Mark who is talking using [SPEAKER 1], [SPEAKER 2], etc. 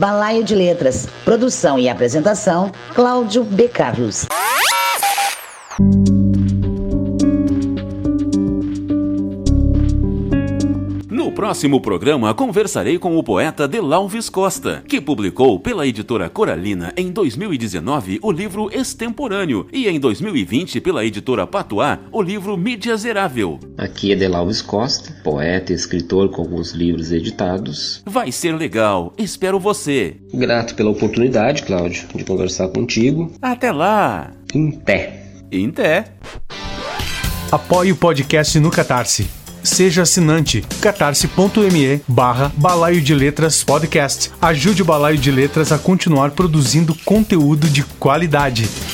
[SPEAKER 1] Balaio de Letras. Produção e apresentação: Cláudio B. Carlos.
[SPEAKER 2] No próximo programa, conversarei com o poeta Delalves Costa, que publicou pela editora Coralina em 2019 o livro Extemporâneo e em 2020 pela editora Patuá o livro Mídia Zerável.
[SPEAKER 3] Aqui é Delalves Costa, poeta e escritor com alguns livros editados.
[SPEAKER 2] Vai ser legal, espero você.
[SPEAKER 3] Grato pela oportunidade, Cláudio, de conversar contigo.
[SPEAKER 2] Até lá!
[SPEAKER 3] Em pé.
[SPEAKER 2] Em té.
[SPEAKER 4] Apoie o podcast no Catarse. Seja assinante. catarse.me barra Balaio de Letras Podcast. Ajude o Balaio de Letras a continuar produzindo conteúdo de qualidade.